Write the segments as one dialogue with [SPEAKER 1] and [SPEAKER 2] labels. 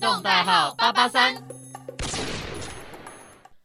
[SPEAKER 1] 动代号八八三，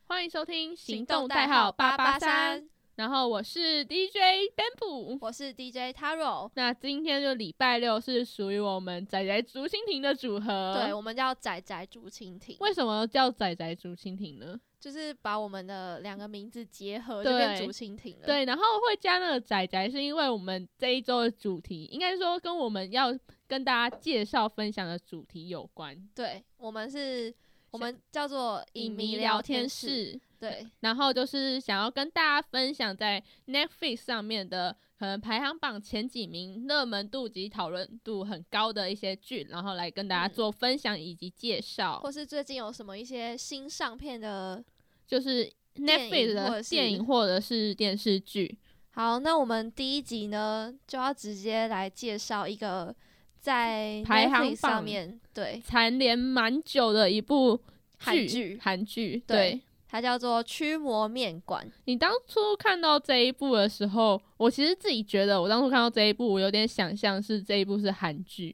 [SPEAKER 2] 欢迎收听《行动代号八八三》，，然后我是 DJ Bamboo。
[SPEAKER 1] 我是 DJ Taro。
[SPEAKER 2] 那今天就礼拜六是属于我们仔仔竹蜻蜓的组合。
[SPEAKER 1] 对，，我们叫仔仔竹蜻蜓，
[SPEAKER 2] 为什么叫仔仔竹蜻蜓呢？
[SPEAKER 1] 就是把我们的两个名字结合，
[SPEAKER 2] 对
[SPEAKER 1] 就变竹蜻蜓了。，
[SPEAKER 2] 对，然后会加那个仔仔，是因为我们这一周的主题，应该说跟我们要跟大家介绍分享的主题有关。
[SPEAKER 1] 对我们是，我们叫做
[SPEAKER 2] 影
[SPEAKER 1] 影
[SPEAKER 2] 迷
[SPEAKER 1] 迷
[SPEAKER 2] 聊
[SPEAKER 1] 聊
[SPEAKER 2] 天
[SPEAKER 1] 天室。
[SPEAKER 2] 室，
[SPEAKER 1] 对，
[SPEAKER 2] 然后就是想要跟大家分享在 Netflix 上面的可能排行榜前几名、热门度及讨论度很高的一些剧，然后来跟大家
[SPEAKER 1] 嗯
[SPEAKER 2] 做分享以及介绍，
[SPEAKER 1] 或是最近有什么一些新上片的？
[SPEAKER 2] 就是 Netflix
[SPEAKER 1] 或者
[SPEAKER 2] 的
[SPEAKER 1] 是
[SPEAKER 2] 电影或者是电视剧。
[SPEAKER 1] 好，那我们第一集呢，就要直接来介绍一个在
[SPEAKER 2] 排行
[SPEAKER 1] Netflix
[SPEAKER 2] 榜
[SPEAKER 1] 上面，对，
[SPEAKER 2] 蝉联蛮久的一部
[SPEAKER 1] 韩剧
[SPEAKER 2] 韩剧。
[SPEAKER 1] 对
[SPEAKER 2] 对
[SPEAKER 1] 它叫做《驱魔面馆》。
[SPEAKER 2] 你当初看到这一部的时候，我其实自己觉得，我当初看到这一部，我有点想象是这一部是韩剧，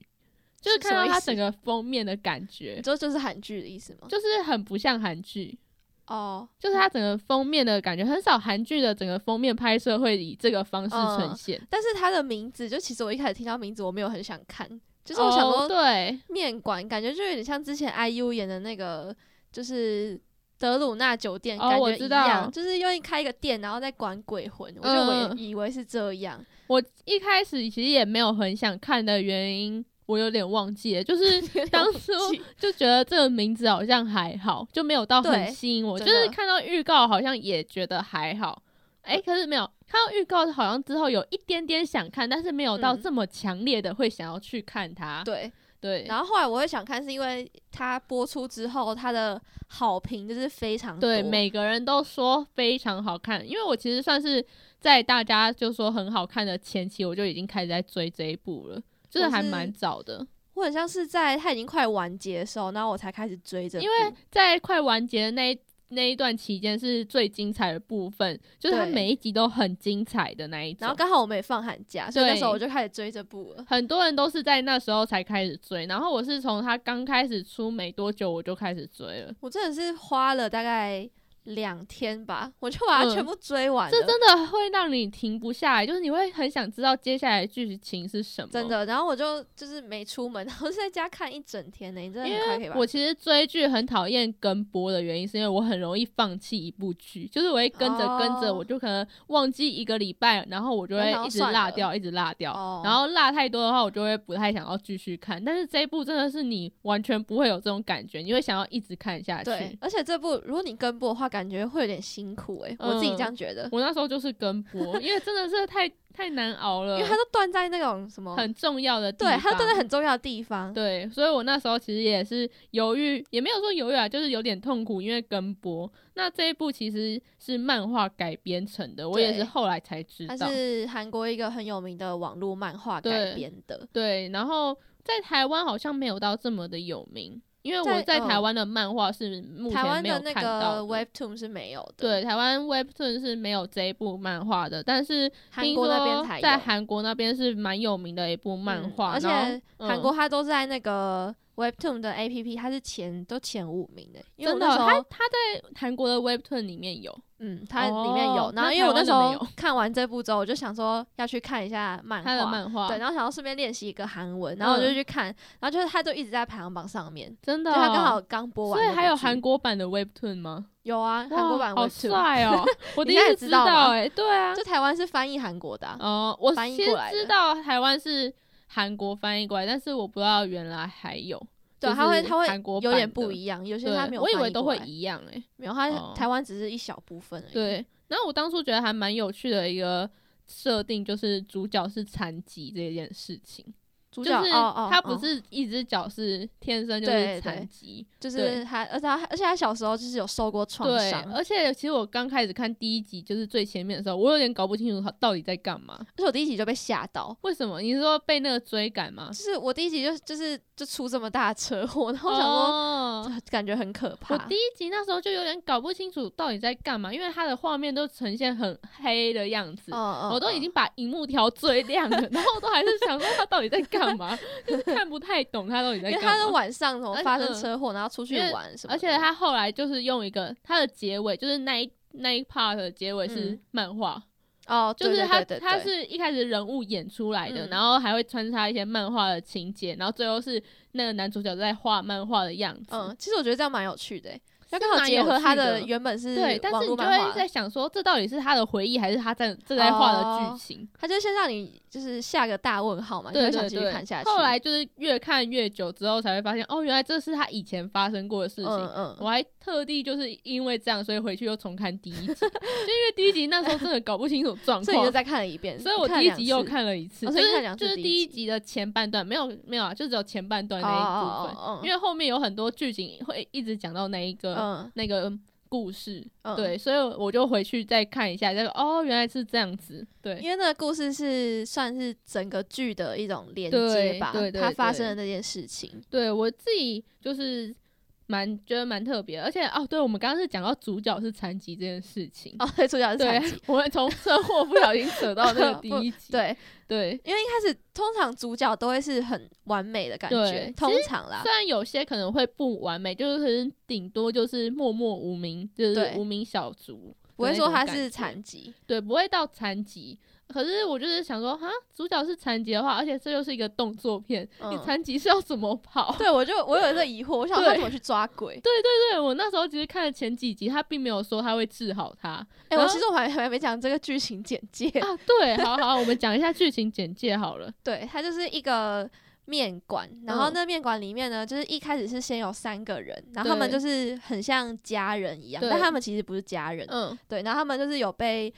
[SPEAKER 2] 就是
[SPEAKER 1] 是什
[SPEAKER 2] 看到
[SPEAKER 1] 么意
[SPEAKER 2] 它
[SPEAKER 1] 思
[SPEAKER 2] 整个封面的感觉
[SPEAKER 1] 你。说就是韩剧的意思吗？
[SPEAKER 2] 就是很不像韩剧，
[SPEAKER 1] 哦，
[SPEAKER 2] 就是它整个封面的感觉，很少韩剧的整个封面拍摄会以这个方式
[SPEAKER 1] 嗯
[SPEAKER 2] 呈现。
[SPEAKER 1] 但是它的名字，就其实我一开始听到名字，我没有很想看，就是我想
[SPEAKER 2] 哦
[SPEAKER 1] 说
[SPEAKER 2] 对，
[SPEAKER 1] 面馆，感觉就有点像之前 IU 演的那个，就是德鲁纳酒店，
[SPEAKER 2] 哦
[SPEAKER 1] 感
[SPEAKER 2] 我
[SPEAKER 1] 觉
[SPEAKER 2] 知
[SPEAKER 1] 一
[SPEAKER 2] 道
[SPEAKER 1] 样，就是愿意开一个店，然后再管鬼魂，我就
[SPEAKER 2] 嗯
[SPEAKER 1] 我以为是 这样，
[SPEAKER 2] 我一开始其实也没有很想看的原因，我有点忘记了，就是 当初 就觉得这个名字好像还好，就没有到很
[SPEAKER 1] 对
[SPEAKER 2] 吸引我，就
[SPEAKER 1] 真
[SPEAKER 2] 是
[SPEAKER 1] 的嗯
[SPEAKER 2] 看到预告好像也觉得还好。哎、可是没有看到预告，好像之后有一点点想看，但是没有到
[SPEAKER 1] 嗯
[SPEAKER 2] 这么强烈的会想要去看它。
[SPEAKER 1] 对。
[SPEAKER 2] 对，
[SPEAKER 1] 然后后来我会想看，是因为它播出之后，它的好评就是非常多，
[SPEAKER 2] 对，每个人都说非常好看，因为我其实算是在大家就说很好看的前期，我就已经开始在追这一部了，就是
[SPEAKER 1] 我
[SPEAKER 2] 还
[SPEAKER 1] 是
[SPEAKER 2] 蛮早的。
[SPEAKER 1] 我很像是在它已经快完结的时候，然后我才开始追这部，
[SPEAKER 2] 因为在快完结的那一那一段期间是最精彩的部分，就是它
[SPEAKER 1] 对
[SPEAKER 2] 每一集都很精彩的那一种
[SPEAKER 1] 然后。刚好我们也放寒假，所以那
[SPEAKER 2] 对
[SPEAKER 1] 时候我就开始追这部了。
[SPEAKER 2] 很多人都是在那时候才开始追，然后我是从它刚开始出没多久我就开始追了，
[SPEAKER 1] 我真的是花了大概两天吧，我就把它全部追完了，
[SPEAKER 2] 嗯这真的会让你停不下来，就是你会很想知道接下来剧情是什么。
[SPEAKER 1] 真的。然后我就就是没出门， 然后就在家看一整天呢、你真的
[SPEAKER 2] 因
[SPEAKER 1] 很快可以
[SPEAKER 2] 为
[SPEAKER 1] 把
[SPEAKER 2] 我其实追剧很讨厌跟播的原因，是因为我很容易放弃一部剧，就是我会跟着
[SPEAKER 1] 哦
[SPEAKER 2] 跟着，我就可能忘记一个礼拜，然后我就会
[SPEAKER 1] 然后
[SPEAKER 2] 一直
[SPEAKER 1] 算
[SPEAKER 2] 落
[SPEAKER 1] 了
[SPEAKER 2] 掉，一直落掉。
[SPEAKER 1] 哦
[SPEAKER 2] 然后落太多的话，我就会不太想要继续看。但是这一部真的是你完全不会有这种感觉，你会想要一直看下
[SPEAKER 1] 对
[SPEAKER 2] 去。，
[SPEAKER 1] 而且这部如果你跟播的话，感觉会有点辛苦诶、我自
[SPEAKER 2] 嗯
[SPEAKER 1] 己这样觉得，
[SPEAKER 2] 我那时候就是跟播，因为真的是太太难熬了
[SPEAKER 1] 因为，它都断在那种什么，
[SPEAKER 2] 很重要的地
[SPEAKER 1] 对，
[SPEAKER 2] 方。
[SPEAKER 1] 它断在很重要的地方。
[SPEAKER 2] 对，所以我那时候其实也是犹豫，也没有说犹豫啊，就是有点痛苦，因为跟播。那这一部其实是漫画改编成的，我也是
[SPEAKER 1] 对
[SPEAKER 2] 后来才知
[SPEAKER 1] 它
[SPEAKER 2] 道。
[SPEAKER 1] 是韩国一个很有名的网络漫画
[SPEAKER 2] 对
[SPEAKER 1] 改编的，
[SPEAKER 2] 对，然后在台湾好像没有到这么的有名，因为我
[SPEAKER 1] 在
[SPEAKER 2] 在台
[SPEAKER 1] 嗯
[SPEAKER 2] 湾的漫画是目
[SPEAKER 1] 台
[SPEAKER 2] 前
[SPEAKER 1] 湾
[SPEAKER 2] 没有
[SPEAKER 1] 的那
[SPEAKER 2] 看到
[SPEAKER 1] 个
[SPEAKER 2] 的
[SPEAKER 1] Webtoon 是没有的，
[SPEAKER 2] 对，，台湾 Webtoon 是没有这一部漫画的，但是
[SPEAKER 1] 韩
[SPEAKER 2] 听
[SPEAKER 1] 国那边
[SPEAKER 2] 说
[SPEAKER 1] 才有。
[SPEAKER 2] 在韩国那边是蛮有名的一部漫
[SPEAKER 1] 嗯
[SPEAKER 2] 画，
[SPEAKER 1] 而且
[SPEAKER 2] 然后
[SPEAKER 1] 韩
[SPEAKER 2] 嗯
[SPEAKER 1] 国它都在那个 Webtoon 的 APP，它是前都前五名的，因为我
[SPEAKER 2] 真的，哦
[SPEAKER 1] 那时
[SPEAKER 2] 它
[SPEAKER 1] 候
[SPEAKER 2] 它在韩国的 Webtoon 里面有，
[SPEAKER 1] 嗯，它里面有
[SPEAKER 2] 哦，
[SPEAKER 1] 然后
[SPEAKER 2] 那
[SPEAKER 1] 因为
[SPEAKER 2] 台
[SPEAKER 1] 我
[SPEAKER 2] 湾
[SPEAKER 1] 那时
[SPEAKER 2] 的没
[SPEAKER 1] 候
[SPEAKER 2] 有
[SPEAKER 1] 看完这部之后，我就想说要去看一下漫
[SPEAKER 2] 它的
[SPEAKER 1] 画，
[SPEAKER 2] 漫画
[SPEAKER 1] 对，然后想要顺便练习一个韩文，然后我就
[SPEAKER 2] 嗯
[SPEAKER 1] 去看，然后就是它都一直在排行榜上面，
[SPEAKER 2] 真的、
[SPEAKER 1] 就
[SPEAKER 2] 哦，
[SPEAKER 1] 它刚好刚播完
[SPEAKER 2] 所
[SPEAKER 1] 那
[SPEAKER 2] 以
[SPEAKER 1] 个剧，
[SPEAKER 2] 还有韩国版的 Webtoon 吗？
[SPEAKER 1] 有啊，韩国版
[SPEAKER 2] 哇好
[SPEAKER 1] Webtoon，
[SPEAKER 2] 帅 哦！我第一
[SPEAKER 1] 你现在
[SPEAKER 2] 次
[SPEAKER 1] 知道吗
[SPEAKER 2] 哎、对啊，
[SPEAKER 1] 就台湾是翻译韩国的啊、
[SPEAKER 2] 哦，我
[SPEAKER 1] 翻译
[SPEAKER 2] 其实
[SPEAKER 1] 过来的
[SPEAKER 2] 知道台湾是韩国翻译过来，但是我不知道原来还有，
[SPEAKER 1] 对，啊
[SPEAKER 2] 就
[SPEAKER 1] 它会
[SPEAKER 2] 是
[SPEAKER 1] 它会
[SPEAKER 2] 韩国
[SPEAKER 1] 有点
[SPEAKER 2] 版
[SPEAKER 1] 不
[SPEAKER 2] 的
[SPEAKER 1] 一样，有些
[SPEAKER 2] 对
[SPEAKER 1] 它没，有
[SPEAKER 2] 我
[SPEAKER 1] 翻译
[SPEAKER 2] 以
[SPEAKER 1] 过来，
[SPEAKER 2] 为都会一样哎、
[SPEAKER 1] 没有，它
[SPEAKER 2] 哦
[SPEAKER 1] 台湾只是一小部分而已，
[SPEAKER 2] 对，然后我当初觉得还蛮有趣的一个设定，就是主角是残疾这件事情，
[SPEAKER 1] 主角，
[SPEAKER 2] 就是
[SPEAKER 1] 哦哦
[SPEAKER 2] 他不
[SPEAKER 1] 哦
[SPEAKER 2] 是一只脚是天生就
[SPEAKER 1] 对
[SPEAKER 2] 是
[SPEAKER 1] 对
[SPEAKER 2] 残疾，
[SPEAKER 1] 就是
[SPEAKER 2] 对
[SPEAKER 1] 他，而且他，而且他小时候就是有受过创
[SPEAKER 2] 对，呃
[SPEAKER 1] 伤，而
[SPEAKER 2] 而且其实我刚开始看第一集，就是最前面的时候，我有点搞不清楚他到底在干嘛。
[SPEAKER 1] 且我第一集就被吓到，
[SPEAKER 2] 为什么？你是说被那个追赶吗
[SPEAKER 1] 就？是我第一集就就是就出这么大车祸，然后我想说、
[SPEAKER 2] 哦，
[SPEAKER 1] 感觉很可
[SPEAKER 2] 我
[SPEAKER 1] 怕
[SPEAKER 2] 第，一集那时候就有点搞不清楚到底在干嘛，因为它的画面都呈现很黑的样子。
[SPEAKER 1] 嗯嗯
[SPEAKER 2] 我都已
[SPEAKER 1] 嗯
[SPEAKER 2] 经把荧幕调最亮了，然后我都还是想说他到底在干干嘛，就是看不太懂他到底在
[SPEAKER 1] 因为
[SPEAKER 2] 干
[SPEAKER 1] 他的
[SPEAKER 2] 嘛。
[SPEAKER 1] 晚上怎么
[SPEAKER 2] 而
[SPEAKER 1] 发生
[SPEAKER 2] 嗯
[SPEAKER 1] 车祸，然后出去
[SPEAKER 2] 因为
[SPEAKER 1] 玩什么的，
[SPEAKER 2] 而且他后来就是用一个他的结尾，就是那一那一 part 的结尾是
[SPEAKER 1] 嗯
[SPEAKER 2] 漫画，
[SPEAKER 1] 哦，
[SPEAKER 2] 就是
[SPEAKER 1] 对对
[SPEAKER 2] 他
[SPEAKER 1] 对对
[SPEAKER 2] 他
[SPEAKER 1] 对
[SPEAKER 2] 是一开始人物演出来的，
[SPEAKER 1] 嗯
[SPEAKER 2] 然后还会穿插一些漫画的情节，然后最后是那个男主角在画漫画的样子。
[SPEAKER 1] 嗯，其实我觉得这样蛮有趣的欸，
[SPEAKER 2] 是
[SPEAKER 1] 要刚好
[SPEAKER 2] 蛮
[SPEAKER 1] 结
[SPEAKER 2] 有
[SPEAKER 1] 合
[SPEAKER 2] 趣
[SPEAKER 1] 他
[SPEAKER 2] 的
[SPEAKER 1] 原本是
[SPEAKER 2] 对，但
[SPEAKER 1] 网
[SPEAKER 2] 是
[SPEAKER 1] 络
[SPEAKER 2] 你就
[SPEAKER 1] 漫
[SPEAKER 2] 会
[SPEAKER 1] 画，
[SPEAKER 2] 在想说，这到底是他的回忆，还是他正正在画的
[SPEAKER 1] 哦
[SPEAKER 2] 剧情？
[SPEAKER 1] 他就先让你就是下个大问号嘛，你就
[SPEAKER 2] 对
[SPEAKER 1] 会
[SPEAKER 2] 对
[SPEAKER 1] 想继续
[SPEAKER 2] 对，
[SPEAKER 1] 看下去。
[SPEAKER 2] 后来就是越看越久之后，才会发现哦，原来这是他以前发生过的事情。
[SPEAKER 1] 嗯
[SPEAKER 2] 我
[SPEAKER 1] 嗯，
[SPEAKER 2] 还特地就是因为这样，所以回去又重看第一集， 就因为第一集那时候真的搞不清楚状
[SPEAKER 1] 所以你
[SPEAKER 2] 况。
[SPEAKER 1] 就再看了一遍，
[SPEAKER 2] 所以
[SPEAKER 1] 你
[SPEAKER 2] 我
[SPEAKER 1] 看了
[SPEAKER 2] 第一
[SPEAKER 1] 两
[SPEAKER 2] 集又
[SPEAKER 1] 次
[SPEAKER 2] 看了一次，
[SPEAKER 1] 哦
[SPEAKER 2] 就
[SPEAKER 1] 所以看
[SPEAKER 2] 是
[SPEAKER 1] 两
[SPEAKER 2] 就
[SPEAKER 1] 次
[SPEAKER 2] 是
[SPEAKER 1] 第一
[SPEAKER 2] 第一
[SPEAKER 1] 集
[SPEAKER 2] 集的前半段没有没有啊，就只有前半段那一部分，
[SPEAKER 1] 哦哦哦哦，
[SPEAKER 2] 因为后面有很多剧情会一直讲到那一个、
[SPEAKER 1] 嗯
[SPEAKER 2] 那个故事，
[SPEAKER 1] 嗯，
[SPEAKER 2] 对，所以我就回去再看一下，再说哦，原来是这样子，对，
[SPEAKER 1] 因为那个故事是算是整个剧的一种连
[SPEAKER 2] 对
[SPEAKER 1] 接吧
[SPEAKER 2] 对，对
[SPEAKER 1] 它发
[SPEAKER 2] 对
[SPEAKER 1] 生的那件事情，
[SPEAKER 2] 对我自己就是蛮觉得蛮特别的，而且哦，对我们刚刚是讲到主角是残疾这件事情，
[SPEAKER 1] 哦，对，主角是
[SPEAKER 2] 对啊
[SPEAKER 1] 残疾，，
[SPEAKER 2] 我们从车祸不小心扯到那个第
[SPEAKER 1] 不
[SPEAKER 2] 一集，
[SPEAKER 1] 对，
[SPEAKER 2] 对，
[SPEAKER 1] 因为一开始通常主角都会是很完美的感觉
[SPEAKER 2] 对，
[SPEAKER 1] 通常啦
[SPEAKER 2] 虽，然有些可能会不完美，就是顶多就是默默无名，就是
[SPEAKER 1] 对
[SPEAKER 2] 无名小卒，
[SPEAKER 1] 不会
[SPEAKER 2] 那
[SPEAKER 1] 说
[SPEAKER 2] 种
[SPEAKER 1] 他
[SPEAKER 2] 感
[SPEAKER 1] 是
[SPEAKER 2] 觉
[SPEAKER 1] 残疾，
[SPEAKER 2] 对，不会到残疾。可是我就是想说，哈，主角是残疾的话，而且这又是一个动作片，你
[SPEAKER 1] 嗯，
[SPEAKER 2] 残疾是要怎么跑？
[SPEAKER 1] 对我就我有一个疑惑，我想说
[SPEAKER 2] 对
[SPEAKER 1] 他怎么去抓鬼？
[SPEAKER 2] 对对对，我那时候其实看了前几集，他并没有说他会治好他，
[SPEAKER 1] 哎，
[SPEAKER 2] 然
[SPEAKER 1] 我
[SPEAKER 2] 后
[SPEAKER 1] 其实我还还没讲这个剧情简介，
[SPEAKER 2] 啊，对，好好，我们讲一下剧情简介好了。
[SPEAKER 1] 对，它就是一个面馆，然
[SPEAKER 2] 嗯
[SPEAKER 1] 后那面馆里面呢，就是一开始是先有三个人，然后他们
[SPEAKER 2] 对
[SPEAKER 1] 就是很像家人一样，
[SPEAKER 2] 对
[SPEAKER 1] 但他们其实不是家人，
[SPEAKER 2] 嗯，
[SPEAKER 1] 对，然后他们就是有被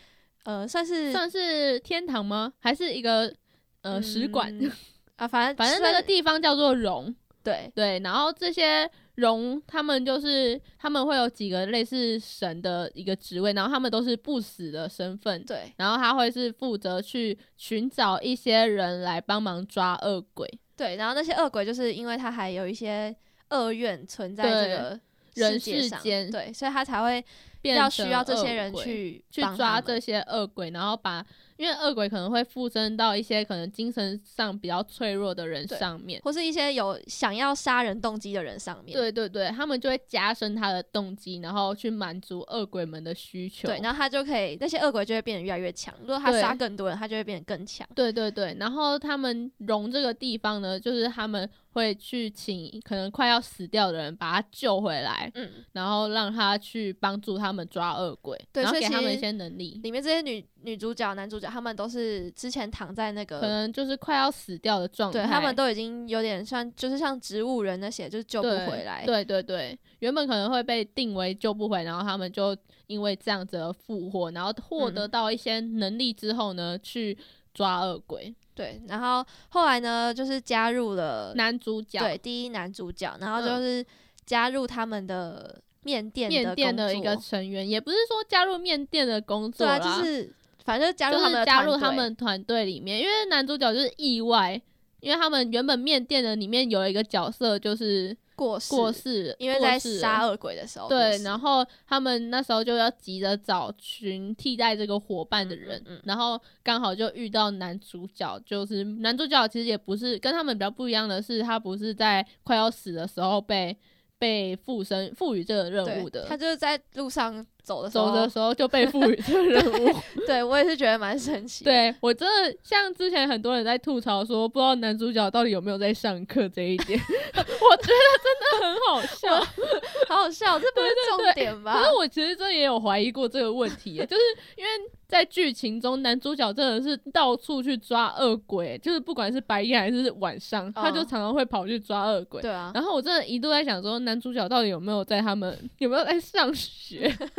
[SPEAKER 1] 呃算是
[SPEAKER 2] 算是天堂吗？还是一个呃使 馆？
[SPEAKER 1] 嗯啊，反 正
[SPEAKER 2] 反正那
[SPEAKER 1] 算
[SPEAKER 2] 个
[SPEAKER 1] 是
[SPEAKER 2] 地方叫做荣，
[SPEAKER 1] 对
[SPEAKER 2] 对。然后这些荣，他们就是他们会有几个类似神的一个职位，然后他们都是不死的身份。
[SPEAKER 1] 对
[SPEAKER 2] 然后他会是负责去寻找一些人来帮忙抓恶鬼，
[SPEAKER 1] 对，然后那些恶鬼就是因为他还有一些恶怨存在这
[SPEAKER 2] 对
[SPEAKER 1] 个
[SPEAKER 2] 人世
[SPEAKER 1] 界上，
[SPEAKER 2] 间
[SPEAKER 1] 对，所以他才会
[SPEAKER 2] 变
[SPEAKER 1] 要需
[SPEAKER 2] 成
[SPEAKER 1] 要这
[SPEAKER 2] 恶
[SPEAKER 1] 些人
[SPEAKER 2] 鬼
[SPEAKER 1] 去
[SPEAKER 2] 去
[SPEAKER 1] 帮
[SPEAKER 2] 抓
[SPEAKER 1] 他们
[SPEAKER 2] 这些恶鬼，然后把因为恶鬼可能会附身到一些可能精神上比较脆弱的人
[SPEAKER 1] 对
[SPEAKER 2] 上面。
[SPEAKER 1] 或是一些有想要杀人动机的人上面，
[SPEAKER 2] 对对对，他们就会加深他的动机，然后去满足恶鬼们的需求。
[SPEAKER 1] 对，然后他就可以那些恶鬼就会变得越来越强。如果他
[SPEAKER 2] 对
[SPEAKER 1] 杀更多人，他就会变得更强。
[SPEAKER 2] 对对对，然后他们融这个地方呢，就是他们会去请可能快要死掉的人把他救回来，
[SPEAKER 1] 嗯，
[SPEAKER 2] 然后让他去帮助他们抓恶鬼，
[SPEAKER 1] 对
[SPEAKER 2] 然后
[SPEAKER 1] 所以
[SPEAKER 2] 给
[SPEAKER 1] 其
[SPEAKER 2] 他们一
[SPEAKER 1] 实
[SPEAKER 2] 些能力，
[SPEAKER 1] 里面这些女女主角、男主角，他们都是之前躺在那
[SPEAKER 2] 可
[SPEAKER 1] 个，
[SPEAKER 2] 能就是快要死掉的状态。
[SPEAKER 1] 对他们都已经有点像，就是像植物人那些，就是救不
[SPEAKER 2] 对
[SPEAKER 1] 回来。
[SPEAKER 2] 对对对，原本可能会被定为救不回，然后他们就因为这样子而复活，然后获得
[SPEAKER 1] 嗯
[SPEAKER 2] 到一些能力之后呢，去抓恶鬼。
[SPEAKER 1] 对然后后来呢，就是加入了
[SPEAKER 2] 男主角
[SPEAKER 1] 对第一男主角，然后
[SPEAKER 2] 嗯
[SPEAKER 1] 就是加入他们的面店
[SPEAKER 2] 面店
[SPEAKER 1] 的
[SPEAKER 2] 的一
[SPEAKER 1] 工
[SPEAKER 2] 个
[SPEAKER 1] 作
[SPEAKER 2] 成员，也不是说加入面店的工作
[SPEAKER 1] 对
[SPEAKER 2] 啦，
[SPEAKER 1] 啊，就是反正就加入他
[SPEAKER 2] 就
[SPEAKER 1] 们
[SPEAKER 2] 是
[SPEAKER 1] 的
[SPEAKER 2] 加
[SPEAKER 1] 团
[SPEAKER 2] 入他
[SPEAKER 1] 队
[SPEAKER 2] 们团队里面，因为男主角就是意外。因为他们原本面店的里面有一个角色就是
[SPEAKER 1] 过世，
[SPEAKER 2] 过世了，
[SPEAKER 1] 因为
[SPEAKER 2] 过
[SPEAKER 1] 在
[SPEAKER 2] 世了
[SPEAKER 1] 杀恶鬼的时候过
[SPEAKER 2] 对，
[SPEAKER 1] 世
[SPEAKER 2] 然后他们那时候就要急着找寻替代这个伙伴的人，
[SPEAKER 1] 嗯嗯嗯
[SPEAKER 2] 然后刚好就遇到男主角，就是男主角其实也不是跟他们比较不一样的是，他不是在快要死的时候被被附身赋予这个任务
[SPEAKER 1] 对，
[SPEAKER 2] 的
[SPEAKER 1] 他，就是在路上走的时候，
[SPEAKER 2] 走的时候就被赋予这 个任务。
[SPEAKER 1] 对我也是觉得蛮神奇。，
[SPEAKER 2] 对我真的像之前很多人在吐槽说，不知道男主角到底有没有在上课这一点， 我觉得真的很好笑。
[SPEAKER 1] 好好笑，这不是重点吧
[SPEAKER 2] 可？是我其实真的也有怀疑过这个问题耶，就是因为在剧情中，男主角真的是到处去抓恶鬼，就是不管是白天还是晚上，他就
[SPEAKER 1] 嗯
[SPEAKER 2] 常常会跑去抓恶鬼。
[SPEAKER 1] 对啊，
[SPEAKER 2] 然后我真的一度在想说，男主角到底有没有在他们有没有在上学， 真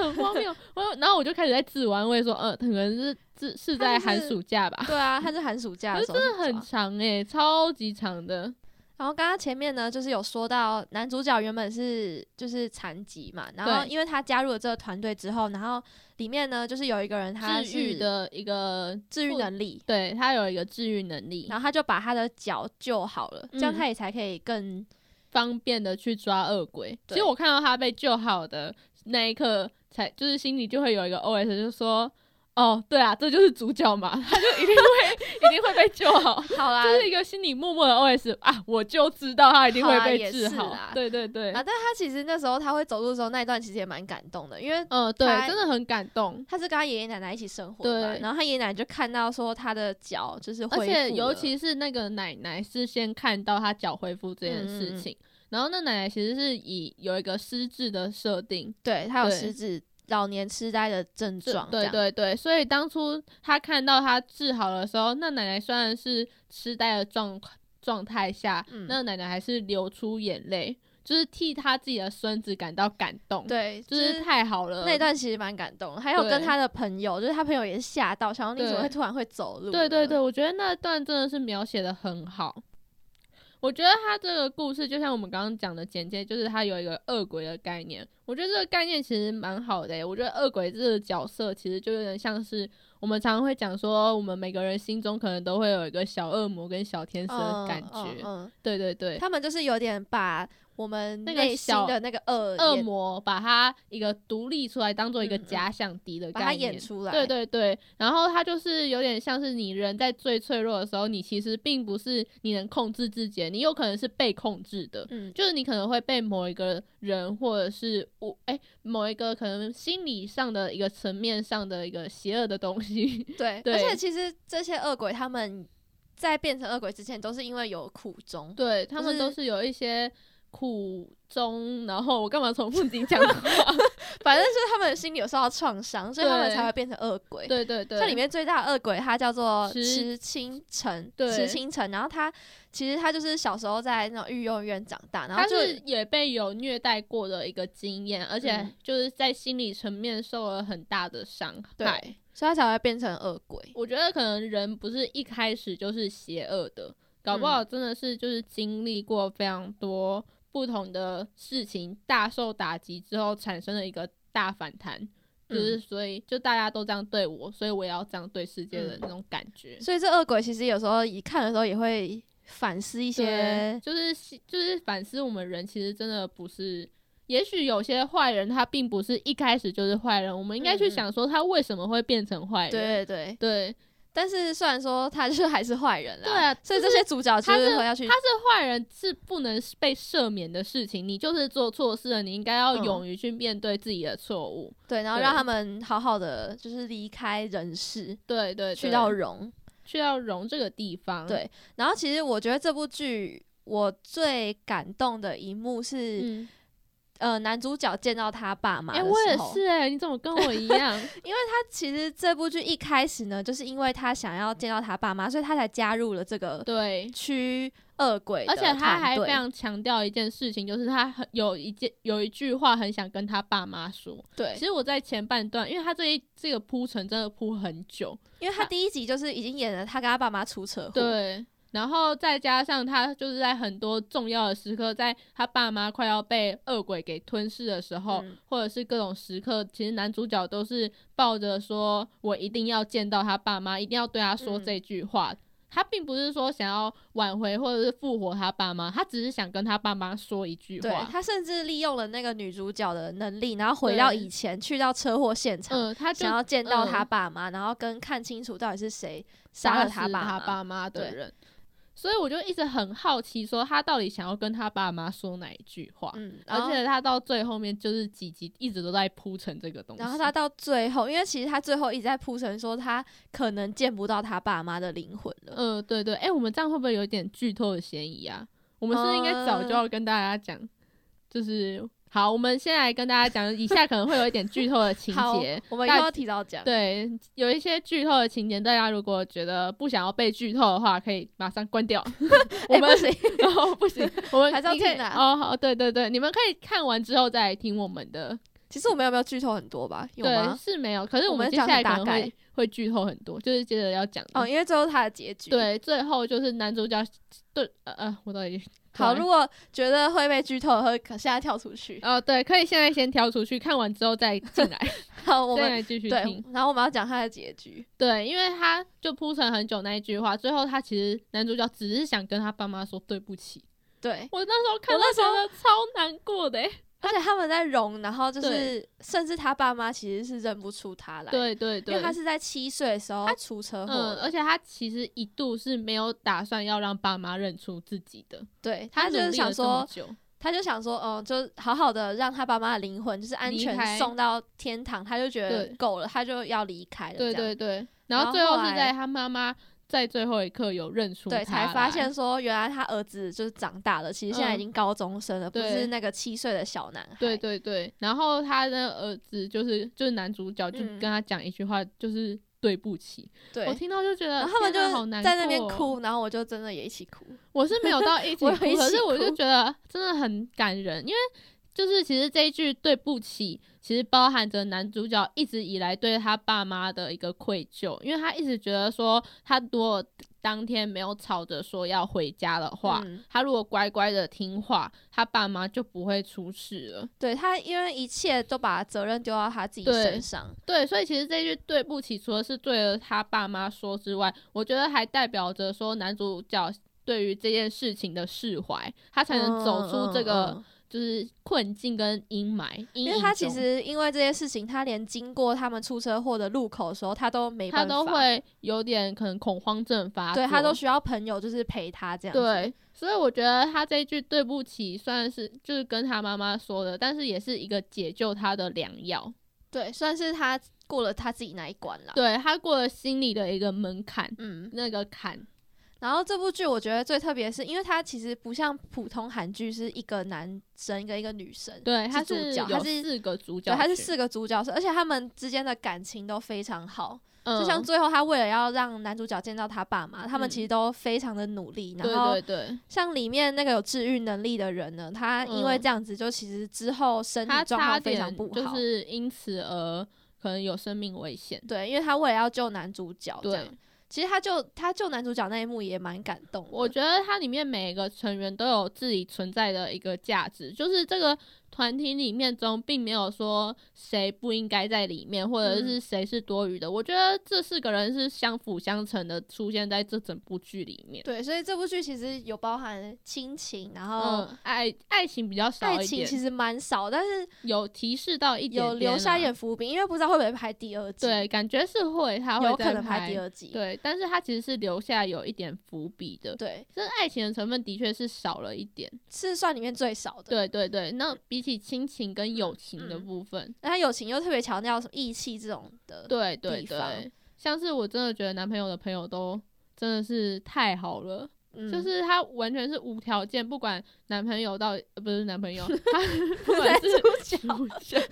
[SPEAKER 2] 的很荒谬。我然后我就开始在自我安慰说，呃，可能是是是
[SPEAKER 1] 他
[SPEAKER 2] 在
[SPEAKER 1] 就
[SPEAKER 2] 寒
[SPEAKER 1] 是
[SPEAKER 2] 暑假吧，
[SPEAKER 1] 对啊，他是寒暑假
[SPEAKER 2] 可
[SPEAKER 1] 的
[SPEAKER 2] 是
[SPEAKER 1] 时候
[SPEAKER 2] 真的
[SPEAKER 1] 去
[SPEAKER 2] 很
[SPEAKER 1] 抓
[SPEAKER 2] 长诶、超级长的。
[SPEAKER 1] 然后刚刚前面呢，就是有说到男主角原本是就是残疾嘛，然后
[SPEAKER 2] 对
[SPEAKER 1] 因为他加入了这个团队之后，然后里面呢就是有一个人他
[SPEAKER 2] 治愈
[SPEAKER 1] 是
[SPEAKER 2] 的一个，
[SPEAKER 1] 治愈
[SPEAKER 2] 不
[SPEAKER 1] 能力，
[SPEAKER 2] 对他有一个治愈能力，
[SPEAKER 1] 然后他就把他的脚救好了，这样
[SPEAKER 2] 嗯
[SPEAKER 1] 他也才可 以更
[SPEAKER 2] 方便的去抓恶鬼。其
[SPEAKER 1] 对
[SPEAKER 2] 实我看到他被救好的那一刻，才就是心里就会有一个 OS，就是说。哦，对啊，这就是主角嘛， 他就一定会一定会被救好，
[SPEAKER 1] 好啦，
[SPEAKER 2] 这是一个心里默默的 OS 啊，我就知道他一定会
[SPEAKER 1] 好啦
[SPEAKER 2] 被
[SPEAKER 1] 也
[SPEAKER 2] 治
[SPEAKER 1] 是
[SPEAKER 2] 好，啊
[SPEAKER 1] 啦
[SPEAKER 2] 对对对，
[SPEAKER 1] 啊，但他其实那时候他会走路的时候，那一段其实也蛮感动的，因为
[SPEAKER 2] 嗯，对，
[SPEAKER 1] 他
[SPEAKER 2] 真的很感动。
[SPEAKER 1] 他是跟他爷爷奶奶一起生活的嘛，
[SPEAKER 2] 对
[SPEAKER 1] 然后他爷爷奶奶就看到说他的脚就是恢复
[SPEAKER 2] 而
[SPEAKER 1] 了，
[SPEAKER 2] 且尤其是那个奶奶是先看到他脚恢复这件
[SPEAKER 1] 嗯嗯
[SPEAKER 2] 事
[SPEAKER 1] 嗯
[SPEAKER 2] 情，然后那奶奶其实是以有一个失智的设定，
[SPEAKER 1] 对他有
[SPEAKER 2] 对
[SPEAKER 1] 失智、老年痴呆的症
[SPEAKER 2] 这
[SPEAKER 1] 状，
[SPEAKER 2] 对，对对，所以当初他看到他治好的时候，那奶奶虽然是痴呆的状状态下，
[SPEAKER 1] 嗯
[SPEAKER 2] 那奶奶还是流出眼泪，就是替他自己的孙子感到感动，，
[SPEAKER 1] 对，
[SPEAKER 2] 就
[SPEAKER 1] 就是
[SPEAKER 2] 是太好了。
[SPEAKER 1] 那一段其实蛮感动的，还有
[SPEAKER 2] 嗯对
[SPEAKER 1] 跟他的朋友，就是他朋友也吓到，想说你怎么会
[SPEAKER 2] 对
[SPEAKER 1] 突然会走路？
[SPEAKER 2] 对对对，，我觉得那段真的是描写的很好。我觉得他这个故事就像我们刚刚讲的简介，就是他有一个恶鬼的概念。我觉得这个概念其实蛮好的、欸。我觉得恶鬼这个角色其实就有点像是我们常常会讲说，我们每个人心中可能都会有一个小恶魔跟小天使的
[SPEAKER 1] 嗯
[SPEAKER 2] 感觉。
[SPEAKER 1] 嗯嗯
[SPEAKER 2] 对对对，
[SPEAKER 1] 他们就是有点把我们
[SPEAKER 2] 那个
[SPEAKER 1] 内心
[SPEAKER 2] 小
[SPEAKER 1] 的那个恶
[SPEAKER 2] 恶
[SPEAKER 1] 也
[SPEAKER 2] 魔把他一个独立出来，当做一个
[SPEAKER 1] 呃嗯嗯
[SPEAKER 2] 假想敌的
[SPEAKER 1] 把它
[SPEAKER 2] 概念。
[SPEAKER 1] 演出来，
[SPEAKER 2] 对对对，然后它就是有点像是你人在最脆弱的时候，你其实并不是你能控制自己的，你有可能是被控制的，
[SPEAKER 1] 嗯，
[SPEAKER 2] 就是你可能会被某一个人或者是我哎、某一个可能心理上的一个层面上的一个邪恶的东西。
[SPEAKER 1] 对，
[SPEAKER 2] 对
[SPEAKER 1] 而且其实这些恶鬼他们在变成恶鬼之前，都是因为有苦衷。
[SPEAKER 2] 对他们
[SPEAKER 1] 就
[SPEAKER 2] 都
[SPEAKER 1] 是
[SPEAKER 2] 是有一些苦衷，然后我干嘛重复自己讲 话？
[SPEAKER 1] 反正就是他们心里有受到创伤，所以他们
[SPEAKER 2] 对
[SPEAKER 1] 才会变成恶鬼。
[SPEAKER 2] 对对对，
[SPEAKER 1] 这里面最大的恶鬼，他叫做
[SPEAKER 2] 石
[SPEAKER 1] 石青城，
[SPEAKER 2] 对
[SPEAKER 1] 石青城。然后他其实他就是小时候在那种育幼院长大，然
[SPEAKER 2] 他
[SPEAKER 1] 后就是
[SPEAKER 2] 也被有虐待过的一个经验，而且
[SPEAKER 1] 嗯
[SPEAKER 2] 就是在心理层面受了很大的伤害。
[SPEAKER 1] 对，所以他才会变成恶鬼。
[SPEAKER 2] 我觉得可能人不是一开始就是邪恶的，搞不
[SPEAKER 1] 嗯
[SPEAKER 2] 好真的是就是经历过非常多不同的事情，大受打击之后产生了一个大反弹，就
[SPEAKER 1] 嗯
[SPEAKER 2] 是所以就大家都这样对我，所以我也要这样对世界的
[SPEAKER 1] 嗯
[SPEAKER 2] 那种感觉。
[SPEAKER 1] 所以这恶鬼其实有时候一看的时候也会反思一
[SPEAKER 2] 对
[SPEAKER 1] 些，
[SPEAKER 2] 就是就是反思我们人其实真的不是，也许有些坏人他并不是一开始就是坏人，我们应该去
[SPEAKER 1] 嗯嗯
[SPEAKER 2] 想说他为什么会变成坏人。
[SPEAKER 1] 对对。
[SPEAKER 2] 对
[SPEAKER 1] 但是虽然说他就是还是坏人啦，
[SPEAKER 2] 对啊，
[SPEAKER 1] 所以
[SPEAKER 2] 就
[SPEAKER 1] 这
[SPEAKER 2] 是
[SPEAKER 1] 些主角就
[SPEAKER 2] 他是
[SPEAKER 1] 是会要去
[SPEAKER 2] 他是坏人是不能被赦免的事情，你就是做错事了，你应该要
[SPEAKER 1] 嗯
[SPEAKER 2] 勇于去面对自己的错误。
[SPEAKER 1] 对，然后
[SPEAKER 2] 对
[SPEAKER 1] 让他们好好的就是离开人世，
[SPEAKER 2] 对对对，
[SPEAKER 1] 去到荣。
[SPEAKER 2] 去到容这个地方。
[SPEAKER 1] 对然后其实我觉得这部剧我最感动的一幕是，
[SPEAKER 2] 嗯，
[SPEAKER 1] 呃，男主角见到他爸妈
[SPEAKER 2] 哎、
[SPEAKER 1] 的时候。
[SPEAKER 2] 我也是哎、你怎么跟我一 样？
[SPEAKER 1] 他其实这部剧一开始呢，就是因为他想要见到他爸妈，所以他才加入了这个
[SPEAKER 2] 对，
[SPEAKER 1] 驱恶鬼的
[SPEAKER 2] 而且他还
[SPEAKER 1] 团队
[SPEAKER 2] 非常强调一件事情，就是他很有一件有一句话很想跟他爸妈说。
[SPEAKER 1] 对
[SPEAKER 2] 其，实我在前半段，因为他这一这个铺陈真的铺很久，
[SPEAKER 1] 因为他第一集就是已经演了他跟他爸妈出车祸，
[SPEAKER 2] 对，然后再加上他就是在很多重要的时刻，在他爸妈快要被恶鬼给吞噬的时候，
[SPEAKER 1] 嗯
[SPEAKER 2] 或者是各种时刻，其实男主角都是抱着说我一定要见到他爸妈，一定要对他说
[SPEAKER 1] 嗯
[SPEAKER 2] 这句话。他并不是说想要挽回或者是复活他爸妈，他只是想跟他爸妈说一句
[SPEAKER 1] 对
[SPEAKER 2] 话。
[SPEAKER 1] 他甚至利用了那个女主角的能力，然后回到
[SPEAKER 2] 对
[SPEAKER 1] 以前，去到车祸现场，
[SPEAKER 2] 嗯，他就
[SPEAKER 1] 想要见到他
[SPEAKER 2] 嗯
[SPEAKER 1] 爸妈，然后跟看清楚到底是谁杀
[SPEAKER 2] 杀
[SPEAKER 1] 了
[SPEAKER 2] 死他
[SPEAKER 1] 爸妈。
[SPEAKER 2] 妈的
[SPEAKER 1] 对
[SPEAKER 2] 人，所以我就一直很好奇，说他到底想要跟他爸妈说哪一句话。
[SPEAKER 1] 嗯，然
[SPEAKER 2] 而
[SPEAKER 1] 后
[SPEAKER 2] 且他到最后面就是几集一直都在铺陈这个东西，
[SPEAKER 1] 然后他到最后，因为其实他最后一直在铺陈说他可能见不到他爸妈的灵魂了。
[SPEAKER 2] 嗯、对对，哎、我们这样会不会有点剧透的嫌疑啊？我们是不是应该早
[SPEAKER 1] 哦
[SPEAKER 2] 就要跟大家讲，就是好，我们先来跟大家讲，以下可能会有一点剧透的情
[SPEAKER 1] 好
[SPEAKER 2] 节，，
[SPEAKER 1] 我们又
[SPEAKER 2] 大
[SPEAKER 1] 要提到讲。
[SPEAKER 2] 对，有一些剧透的情节，大家如果觉得不想要被剧透的话，可以马上关掉。 我
[SPEAKER 1] 哎
[SPEAKER 2] 们
[SPEAKER 1] 不行
[SPEAKER 2] 哦不 行，我们
[SPEAKER 1] 还是要
[SPEAKER 2] 你可以
[SPEAKER 1] 听啊
[SPEAKER 2] 哦，好，对对对，你们可以看完之后再来听我们的。
[SPEAKER 1] 其实我们有没有剧透很多吧？有
[SPEAKER 2] 对，
[SPEAKER 1] 吗？
[SPEAKER 2] 是没有，可是
[SPEAKER 1] 我
[SPEAKER 2] 我们
[SPEAKER 1] 们
[SPEAKER 2] 接
[SPEAKER 1] 讲
[SPEAKER 2] 下来
[SPEAKER 1] 大
[SPEAKER 2] 可能
[SPEAKER 1] 概
[SPEAKER 2] 会会剧透很多，就是接着要讲的。
[SPEAKER 1] 哦，因为最后他的结局。，
[SPEAKER 2] 对，最后就是男主角对呃呃，我到底
[SPEAKER 1] 好，
[SPEAKER 2] 对
[SPEAKER 1] 如果觉得会被剧透的话，可现在跳出去。
[SPEAKER 2] 哦对，可以现在先挑出去，看完之后再进来，
[SPEAKER 1] 好， 我
[SPEAKER 2] 再
[SPEAKER 1] 们
[SPEAKER 2] 来继续
[SPEAKER 1] 对
[SPEAKER 2] 听。，
[SPEAKER 1] 然后我们要讲他的结局。
[SPEAKER 2] 对，因为他就铺陈很久那一句话，最后他其实男主角只是想跟他爸妈说对不起。
[SPEAKER 1] 对，
[SPEAKER 2] 我那时候看
[SPEAKER 1] 我那
[SPEAKER 2] 到
[SPEAKER 1] 时候
[SPEAKER 2] 觉得超难过的欸、
[SPEAKER 1] 而且他们在融，然后就是
[SPEAKER 2] 对
[SPEAKER 1] 甚至他爸妈其实是认不出他来，，
[SPEAKER 2] 对对
[SPEAKER 1] 因
[SPEAKER 2] 对，
[SPEAKER 1] 为他是在七岁的时候出车祸
[SPEAKER 2] 嗯，
[SPEAKER 1] 的，
[SPEAKER 2] 而且他其实一度是没有打算要让爸妈认出自己的，
[SPEAKER 1] 对
[SPEAKER 2] 他
[SPEAKER 1] 他
[SPEAKER 2] 努
[SPEAKER 1] 就
[SPEAKER 2] 力
[SPEAKER 1] 是
[SPEAKER 2] 了
[SPEAKER 1] 想
[SPEAKER 2] 这么
[SPEAKER 1] 说，
[SPEAKER 2] 久，
[SPEAKER 1] 他就想说，嗯，就好好的让他爸妈的灵魂就是安
[SPEAKER 2] 离开
[SPEAKER 1] 全送到天堂，他就觉得
[SPEAKER 2] 对
[SPEAKER 1] 够了，他就要离开了，
[SPEAKER 2] 对
[SPEAKER 1] 这样
[SPEAKER 2] 对对，然
[SPEAKER 1] 然
[SPEAKER 2] 后
[SPEAKER 1] 后
[SPEAKER 2] 最后
[SPEAKER 1] 后
[SPEAKER 2] 是
[SPEAKER 1] 来
[SPEAKER 2] 在他妈妈在最后一刻有认出他
[SPEAKER 1] 对，才发
[SPEAKER 2] 来
[SPEAKER 1] 现说原来他儿子就是长大了，其实现在
[SPEAKER 2] 嗯
[SPEAKER 1] 已经高中生了，不
[SPEAKER 2] 对
[SPEAKER 1] 是那个七岁的小男孩。
[SPEAKER 2] 对对对，然后他的儿子就是就是男主角，就
[SPEAKER 1] 嗯
[SPEAKER 2] 跟他讲一句话，就是对不起。
[SPEAKER 1] 对
[SPEAKER 2] 我听到就觉得，
[SPEAKER 1] 然后他们
[SPEAKER 2] 天哪好
[SPEAKER 1] 就
[SPEAKER 2] 难
[SPEAKER 1] 在那边
[SPEAKER 2] 过哦。
[SPEAKER 1] 哭，然后我就真的也一起哭。
[SPEAKER 2] 我是没有到一起
[SPEAKER 1] 我
[SPEAKER 2] 哭，
[SPEAKER 1] 有一
[SPEAKER 2] 可
[SPEAKER 1] 起
[SPEAKER 2] 是我就
[SPEAKER 1] 哭
[SPEAKER 2] 觉得真的很感人，因为就是其实这一句对不起，其实包含着男主角一直以来对他爸妈的一个愧疚，因为他一直觉得说，他如果当天没有吵着说要回家的话。
[SPEAKER 1] 嗯，
[SPEAKER 2] 他如果乖乖的听话，他爸妈就不会出事了。
[SPEAKER 1] 对他，因为一切都把责任丢到他自己
[SPEAKER 2] 对
[SPEAKER 1] 身上。
[SPEAKER 2] 对，所以其实这句对不起，除了是对了他爸妈说之外，我觉得还代表着说男主角对于这件事情的释怀，他才能走出这
[SPEAKER 1] 嗯嗯
[SPEAKER 2] 个
[SPEAKER 1] 嗯
[SPEAKER 2] 就是困境跟阴霾。阴
[SPEAKER 1] 因为
[SPEAKER 2] 影
[SPEAKER 1] 他其
[SPEAKER 2] 中
[SPEAKER 1] 实因为这些事情，他连经过他们出车祸的路口的时候，他都没
[SPEAKER 2] 他
[SPEAKER 1] 办法，
[SPEAKER 2] 都会有点可能恐慌症发作，
[SPEAKER 1] 对他都需要朋友就是陪他这样子。
[SPEAKER 2] 对。所以我觉得他这一句对不起，算是就是跟他妈妈说的，但是也是一个解救他的良药。
[SPEAKER 1] 对，算是他过了他自己那一关了。
[SPEAKER 2] 对他过了心里的一个门槛，
[SPEAKER 1] 嗯，
[SPEAKER 2] 那个坎。
[SPEAKER 1] 然后这部剧我觉得最特别是，因为它其实不像普通韩剧是一个男生一个一个女生，
[SPEAKER 2] 对，他
[SPEAKER 1] 主角
[SPEAKER 2] 有
[SPEAKER 1] 他是
[SPEAKER 2] 四个主角
[SPEAKER 1] 对，
[SPEAKER 2] 群，
[SPEAKER 1] 他是四个主角，而且他们之间的感情都非常好。
[SPEAKER 2] 嗯，
[SPEAKER 1] 就像最后他为了要让男主角见到他爸妈，他们
[SPEAKER 2] 嗯
[SPEAKER 1] 其实都非常的努力。然后
[SPEAKER 2] 对对对，
[SPEAKER 1] 像里面那个有治愈能力的人呢，他因为
[SPEAKER 2] 嗯
[SPEAKER 1] 这样子就其实之后身
[SPEAKER 2] 他
[SPEAKER 1] 体状
[SPEAKER 2] 差
[SPEAKER 1] 况非
[SPEAKER 2] 点
[SPEAKER 1] 常不好。
[SPEAKER 2] 就是因此而可能有生命危险。
[SPEAKER 1] 对，因为他为了要救男主角，哦这
[SPEAKER 2] 对
[SPEAKER 1] 样，其实他救他救男主角那一幕也蛮感动的。
[SPEAKER 2] 我觉得它里面每一个成员都有自己存在的一个价值，就是这个团体里面中并没有说谁不应该在里面，或者
[SPEAKER 1] 嗯
[SPEAKER 2] 是谁是多余的。我觉得这四个人是相辅相成的，出现在这整部剧里面。
[SPEAKER 1] 对，所以这部剧其实有包含亲情，然后
[SPEAKER 2] 嗯，爱爱情比较少
[SPEAKER 1] 哦爱
[SPEAKER 2] 一
[SPEAKER 1] 情
[SPEAKER 2] 点，
[SPEAKER 1] 其实蛮少，但是
[SPEAKER 2] 有提示到一点
[SPEAKER 1] 有留
[SPEAKER 2] 点
[SPEAKER 1] 下
[SPEAKER 2] 啦
[SPEAKER 1] 一点伏笔，因为不知道会不会拍第二季，
[SPEAKER 2] 对，感觉是会，他会
[SPEAKER 1] 有可
[SPEAKER 2] 再
[SPEAKER 1] 能
[SPEAKER 2] 拍
[SPEAKER 1] 拍第二季。
[SPEAKER 2] 对，但是它其实是留下有一点伏笔的，
[SPEAKER 1] 对，
[SPEAKER 2] 这爱情的成分的确是少了一点。
[SPEAKER 1] 是算里面最少的。，
[SPEAKER 2] 对对对，那比起亲情跟友情的
[SPEAKER 1] 嗯
[SPEAKER 2] 部分，
[SPEAKER 1] 那他友情又特别强调什么义气这种的。
[SPEAKER 2] 对对
[SPEAKER 1] 地
[SPEAKER 2] 对
[SPEAKER 1] 方，
[SPEAKER 2] 像是我真的觉得男朋友的朋友都真的是太好了，
[SPEAKER 1] 嗯
[SPEAKER 2] 就是他完全是无条件，不管男朋友到底呃不是男朋 友，他不管是主角，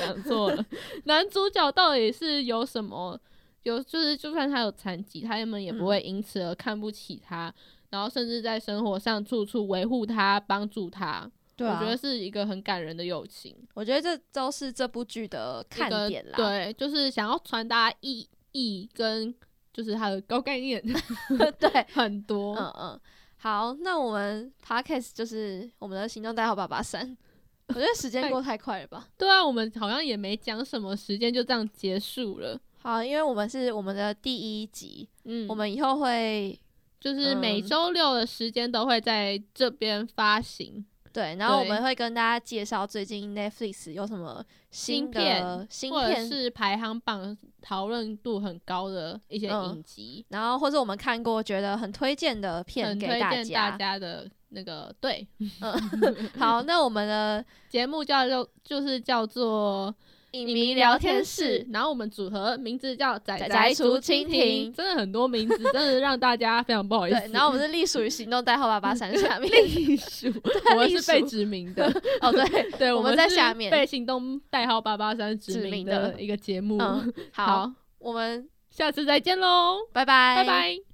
[SPEAKER 2] 讲错了，男主角到底是有什么？有就是，就算他有残疾，他们也
[SPEAKER 1] 嗯
[SPEAKER 2] 不会因此而看不起他，然后甚至在生活上处处维护他、帮助他。
[SPEAKER 1] 对啊
[SPEAKER 2] 我觉得是一个很感人的友情。
[SPEAKER 1] 我觉得这都是这部剧的看
[SPEAKER 2] 一个
[SPEAKER 1] 点啦。
[SPEAKER 2] 对，就是想要传达意义跟就是它的高概念
[SPEAKER 1] 对，
[SPEAKER 2] 很多。
[SPEAKER 1] 嗯嗯。好，那我们 podcast 就是我们的行动代号八八三。我觉得时间过太快了吧？
[SPEAKER 2] 对啊，我们好像也没讲什么，时间就这样结束了。
[SPEAKER 1] 好，因为我们是我们的第一集，
[SPEAKER 2] 嗯，
[SPEAKER 1] 我们以后会
[SPEAKER 2] 就是每
[SPEAKER 1] 嗯
[SPEAKER 2] 周六的时间都会在这边发行。
[SPEAKER 1] 对，然后我
[SPEAKER 2] 对
[SPEAKER 1] 们会跟大家介绍最近 Netflix 有什么新的新
[SPEAKER 2] 或者
[SPEAKER 1] 片，
[SPEAKER 2] 是排行榜讨论度很高的一些
[SPEAKER 1] 嗯
[SPEAKER 2] 影集，
[SPEAKER 1] 然后或者我们看过觉得很推荐的片
[SPEAKER 2] 很
[SPEAKER 1] 给
[SPEAKER 2] 推
[SPEAKER 1] 大
[SPEAKER 2] 荐大
[SPEAKER 1] 家。
[SPEAKER 2] 家的那个对
[SPEAKER 1] 好，那我们的
[SPEAKER 2] 节目叫做就是叫做
[SPEAKER 1] 影
[SPEAKER 2] 影迷聊天室，，然后我们组合名字叫仔
[SPEAKER 1] 仔
[SPEAKER 2] 仔
[SPEAKER 1] 仔
[SPEAKER 2] 竹
[SPEAKER 1] 竹
[SPEAKER 2] 蜻
[SPEAKER 1] 蜻
[SPEAKER 2] 蜓，
[SPEAKER 1] 蜓
[SPEAKER 2] 真的很多名字，真的让大家非常不好意思。
[SPEAKER 1] 对，然后我 们是隶属于行动代号八八三下面
[SPEAKER 2] 隶属，我们是被指名的，
[SPEAKER 1] 哦，对，
[SPEAKER 2] 对，
[SPEAKER 1] 我
[SPEAKER 2] 们
[SPEAKER 1] 们在
[SPEAKER 2] 是
[SPEAKER 1] 下面
[SPEAKER 2] 被行动代号八八三指
[SPEAKER 1] 指
[SPEAKER 2] 名
[SPEAKER 1] 名
[SPEAKER 2] 的
[SPEAKER 1] 的
[SPEAKER 2] 一个节目。
[SPEAKER 1] 嗯，好，
[SPEAKER 2] 好，
[SPEAKER 1] 我们
[SPEAKER 2] 下次再见喽，
[SPEAKER 1] 拜拜，
[SPEAKER 2] 拜拜。